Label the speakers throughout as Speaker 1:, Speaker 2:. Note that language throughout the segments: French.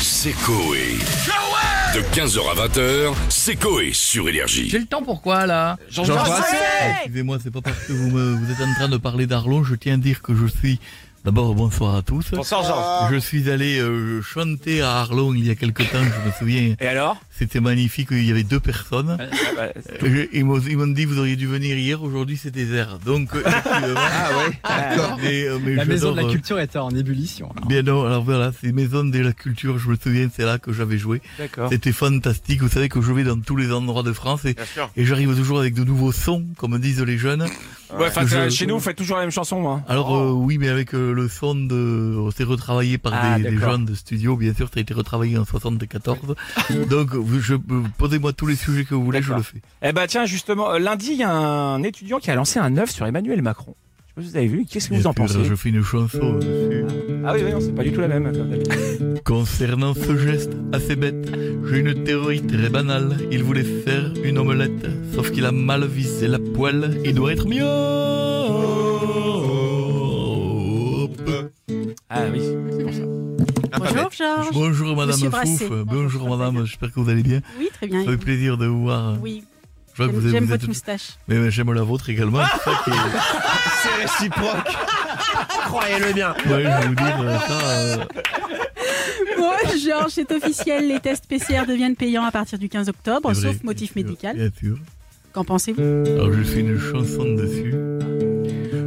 Speaker 1: C'est Coé. De 15h à 20h, c'est Coé sur Énergie.
Speaker 2: J'ai le temps pourquoi là
Speaker 3: Jean
Speaker 4: Jean
Speaker 3: Brassens.
Speaker 4: Brassens.
Speaker 3: Excusez-moi, c'est pas parce que vous, me- vous êtes en train de parler d'Arlon, je tiens à dire que je suis... D'abord, bonsoir à tous.
Speaker 4: Bonsoir Jean.
Speaker 3: Je suis allé euh, chanter à Arlon il y a quelque temps, je me souviens.
Speaker 4: Et alors
Speaker 3: C'était magnifique, il y avait deux personnes.
Speaker 4: Bah,
Speaker 3: Je- ils m'ont ils m'ont dit, vous auriez dû venir hier, aujourd'hui c'est désert. Donc, euh, effectivement... Mais, euh, mais
Speaker 5: La maison de la
Speaker 3: j'adore, euh,
Speaker 5: culture était en ébullition. là.
Speaker 3: Bien non, alors voilà, c'est Maison de la Culture, je me souviens, c'est là que j'avais joué.
Speaker 4: D'accord.
Speaker 3: C'était fantastique. Vous savez que je vais dans tous les endroits de France et, et j'arrive toujours avec de nouveaux sons, comme disent les jeunes.
Speaker 4: Ouais, enfin,
Speaker 3: Je-
Speaker 4: euh, chez nous, vous faites toujours la même chanson, hein. moi.
Speaker 3: Alors euh, oui, mais avec euh, le son de, on s'est retravaillé par
Speaker 4: Ah,
Speaker 3: des, des
Speaker 4: d'accord.
Speaker 3: gens de studio. Bien sûr, ça a été retravaillé en 74. Donc, vous- je euh, posez-moi tous les sujets que vous voulez, je
Speaker 4: D'accord.
Speaker 3: le fais.
Speaker 4: Eh ben, tiens, justement, euh, lundi, il y a un étudiant qui a lancé un œuf sur Emmanuel Macron. Je sais pas si vous avez vu. Qu'est-ce que vous
Speaker 3: Bien
Speaker 4: en
Speaker 3: sûr,
Speaker 4: pensez Euh,
Speaker 3: Je fais une chanson dessus.
Speaker 4: Ah oui, oui, non, c'est pas du tout la même. euh, comme d'habitude.
Speaker 3: Concernant ce geste assez bête, j'ai une théorie très banale. Il voulait faire une omelette, sauf qu'il a mal visé la poêle. Il doit être myope.
Speaker 4: Ah oui, c'est pour ça.
Speaker 6: Bonjour Georges.
Speaker 3: Ah, Bonjour Madame
Speaker 6: Monsieur Brassé.
Speaker 3: Fouf, bonjour Madame, j'espère que vous allez bien.
Speaker 6: Oui, très bien.
Speaker 3: Ça fait plaisir de vous voir.
Speaker 6: Oui,
Speaker 3: Je vois que vous,
Speaker 6: j'aime- j'aime
Speaker 3: vous
Speaker 6: votre
Speaker 3: êtes.
Speaker 6: moustache.
Speaker 3: Mais mais j'aime la vôtre également. C'est ça qui est-
Speaker 7: C'est réciproque. Croyez-le bien.
Speaker 3: Ouais, je vais vous dire euh, ça. euh,
Speaker 6: Bon, Georges, c'est officiel, les tests PCR deviennent payants à partir du 15 octobre,
Speaker 3: c'est vrai,
Speaker 6: sauf motif
Speaker 3: bien sûr, Euh,
Speaker 6: médical.
Speaker 3: Bien sûr.
Speaker 6: Qu'en pensez-vous
Speaker 3: Alors je fais une chanson dessus.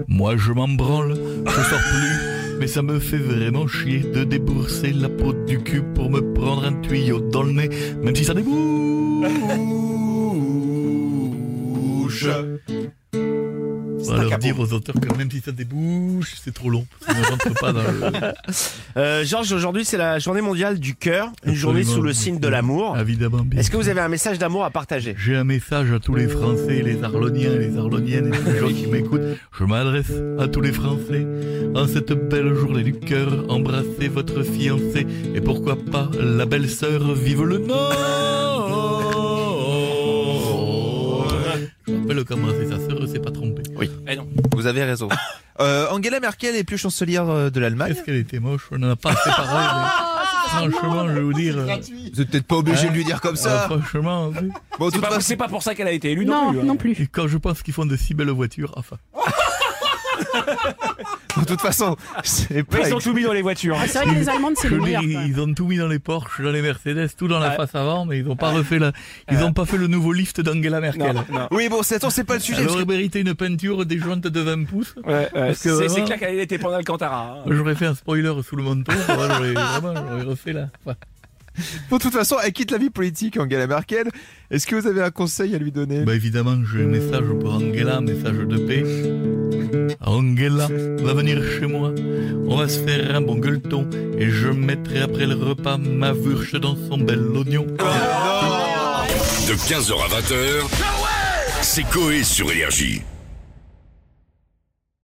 Speaker 3: Moi je m'en branle, je sors plus, mais ça me fait vraiment chier de débourser la peau du cul pour me prendre un tuyau dans le nez, même si ça débouche. On va leur dire aux auteurs que même si ça débouche, c'est trop long, ça ne rentre pas dans le...
Speaker 7: Euh, Georges, aujourd'hui c'est la journée mondiale du cœur, une journée sous le signe de
Speaker 4: Ah
Speaker 7: l'amour.
Speaker 3: Évidemment, bien
Speaker 7: Est-ce que vous avez un message d'amour à partager
Speaker 3: J'ai un message à tous les Français, les Arloniens, les Arloniennes et tous les gens qui m'écoutent. Je m'adresse à tous les Français. En cette belle journée du cœur, embrassez votre fiancé et pourquoi pas la belle-sœur. Vive le Nord Je rappelle qu'embrasser sa sœur, c'est pas trompé.
Speaker 8: Vous avez raison. Euh, Angela Merkel est plus chancelière euh, de l'Allemagne.
Speaker 3: Est-ce qu'elle était moche On n'en a pas assez parlé. mais Franchement, je vais vous dire. euh,
Speaker 8: Vous êtes peut-être pas obligé de lui dire comme
Speaker 3: euh, franchement, oui.
Speaker 8: Bon, de
Speaker 4: C'est
Speaker 8: toute
Speaker 4: pas,
Speaker 8: façon,
Speaker 4: c'est pas pour ça qu'elle a été élue non,
Speaker 6: Non,
Speaker 4: plus. hein.
Speaker 6: non plus.
Speaker 3: Et quand je pense qu'ils font de si belles voitures, enfin.
Speaker 8: de toute façon, c'est
Speaker 4: Mais
Speaker 8: pas.
Speaker 4: ils ont tout mis dans les voitures.
Speaker 6: Ah, c'est vrai que les Allemandes, c'est
Speaker 3: Je
Speaker 6: le
Speaker 3: veux
Speaker 6: meilleur.
Speaker 3: dire,
Speaker 6: quoi.
Speaker 3: ils ont tout mis dans les Porsche, dans les Mercedes, tout dans la
Speaker 4: Ouais.
Speaker 3: face avant, mais ils ont pas refait la, ils ont pas fait le nouveau lift d'Angela
Speaker 4: Non,
Speaker 3: Merkel.
Speaker 4: non.
Speaker 8: Oui, bon, c'est attends, c'est pas le
Speaker 4: Ah,
Speaker 8: sujet.
Speaker 3: Elle
Speaker 8: parce
Speaker 3: aurait mérité une peinture des jointes de 20 pouces.
Speaker 4: Ouais, ouais,
Speaker 3: Parce que
Speaker 4: c'est c'est
Speaker 3: vraiment-
Speaker 4: clair qu'elle était pendant le Cantara. hein.
Speaker 3: J'aurais fait un spoiler sous le manteau. Moi, j'aurais, vraiment, j'aurais refait là.
Speaker 8: que- Bon, de toute façon, elle quitte la vie politique, Angela Merkel. Est-ce que vous avez un conseil à lui donner
Speaker 3: Bah évidemment, j'ai un message pour Angela, message de paix. Angela va venir chez moi, on va se faire un bon gueuleton, et je mettrai après le repas ma vurche dans son bel oignon.
Speaker 8: Non
Speaker 1: De 15h à 20h, c'est Coé sur Énergie.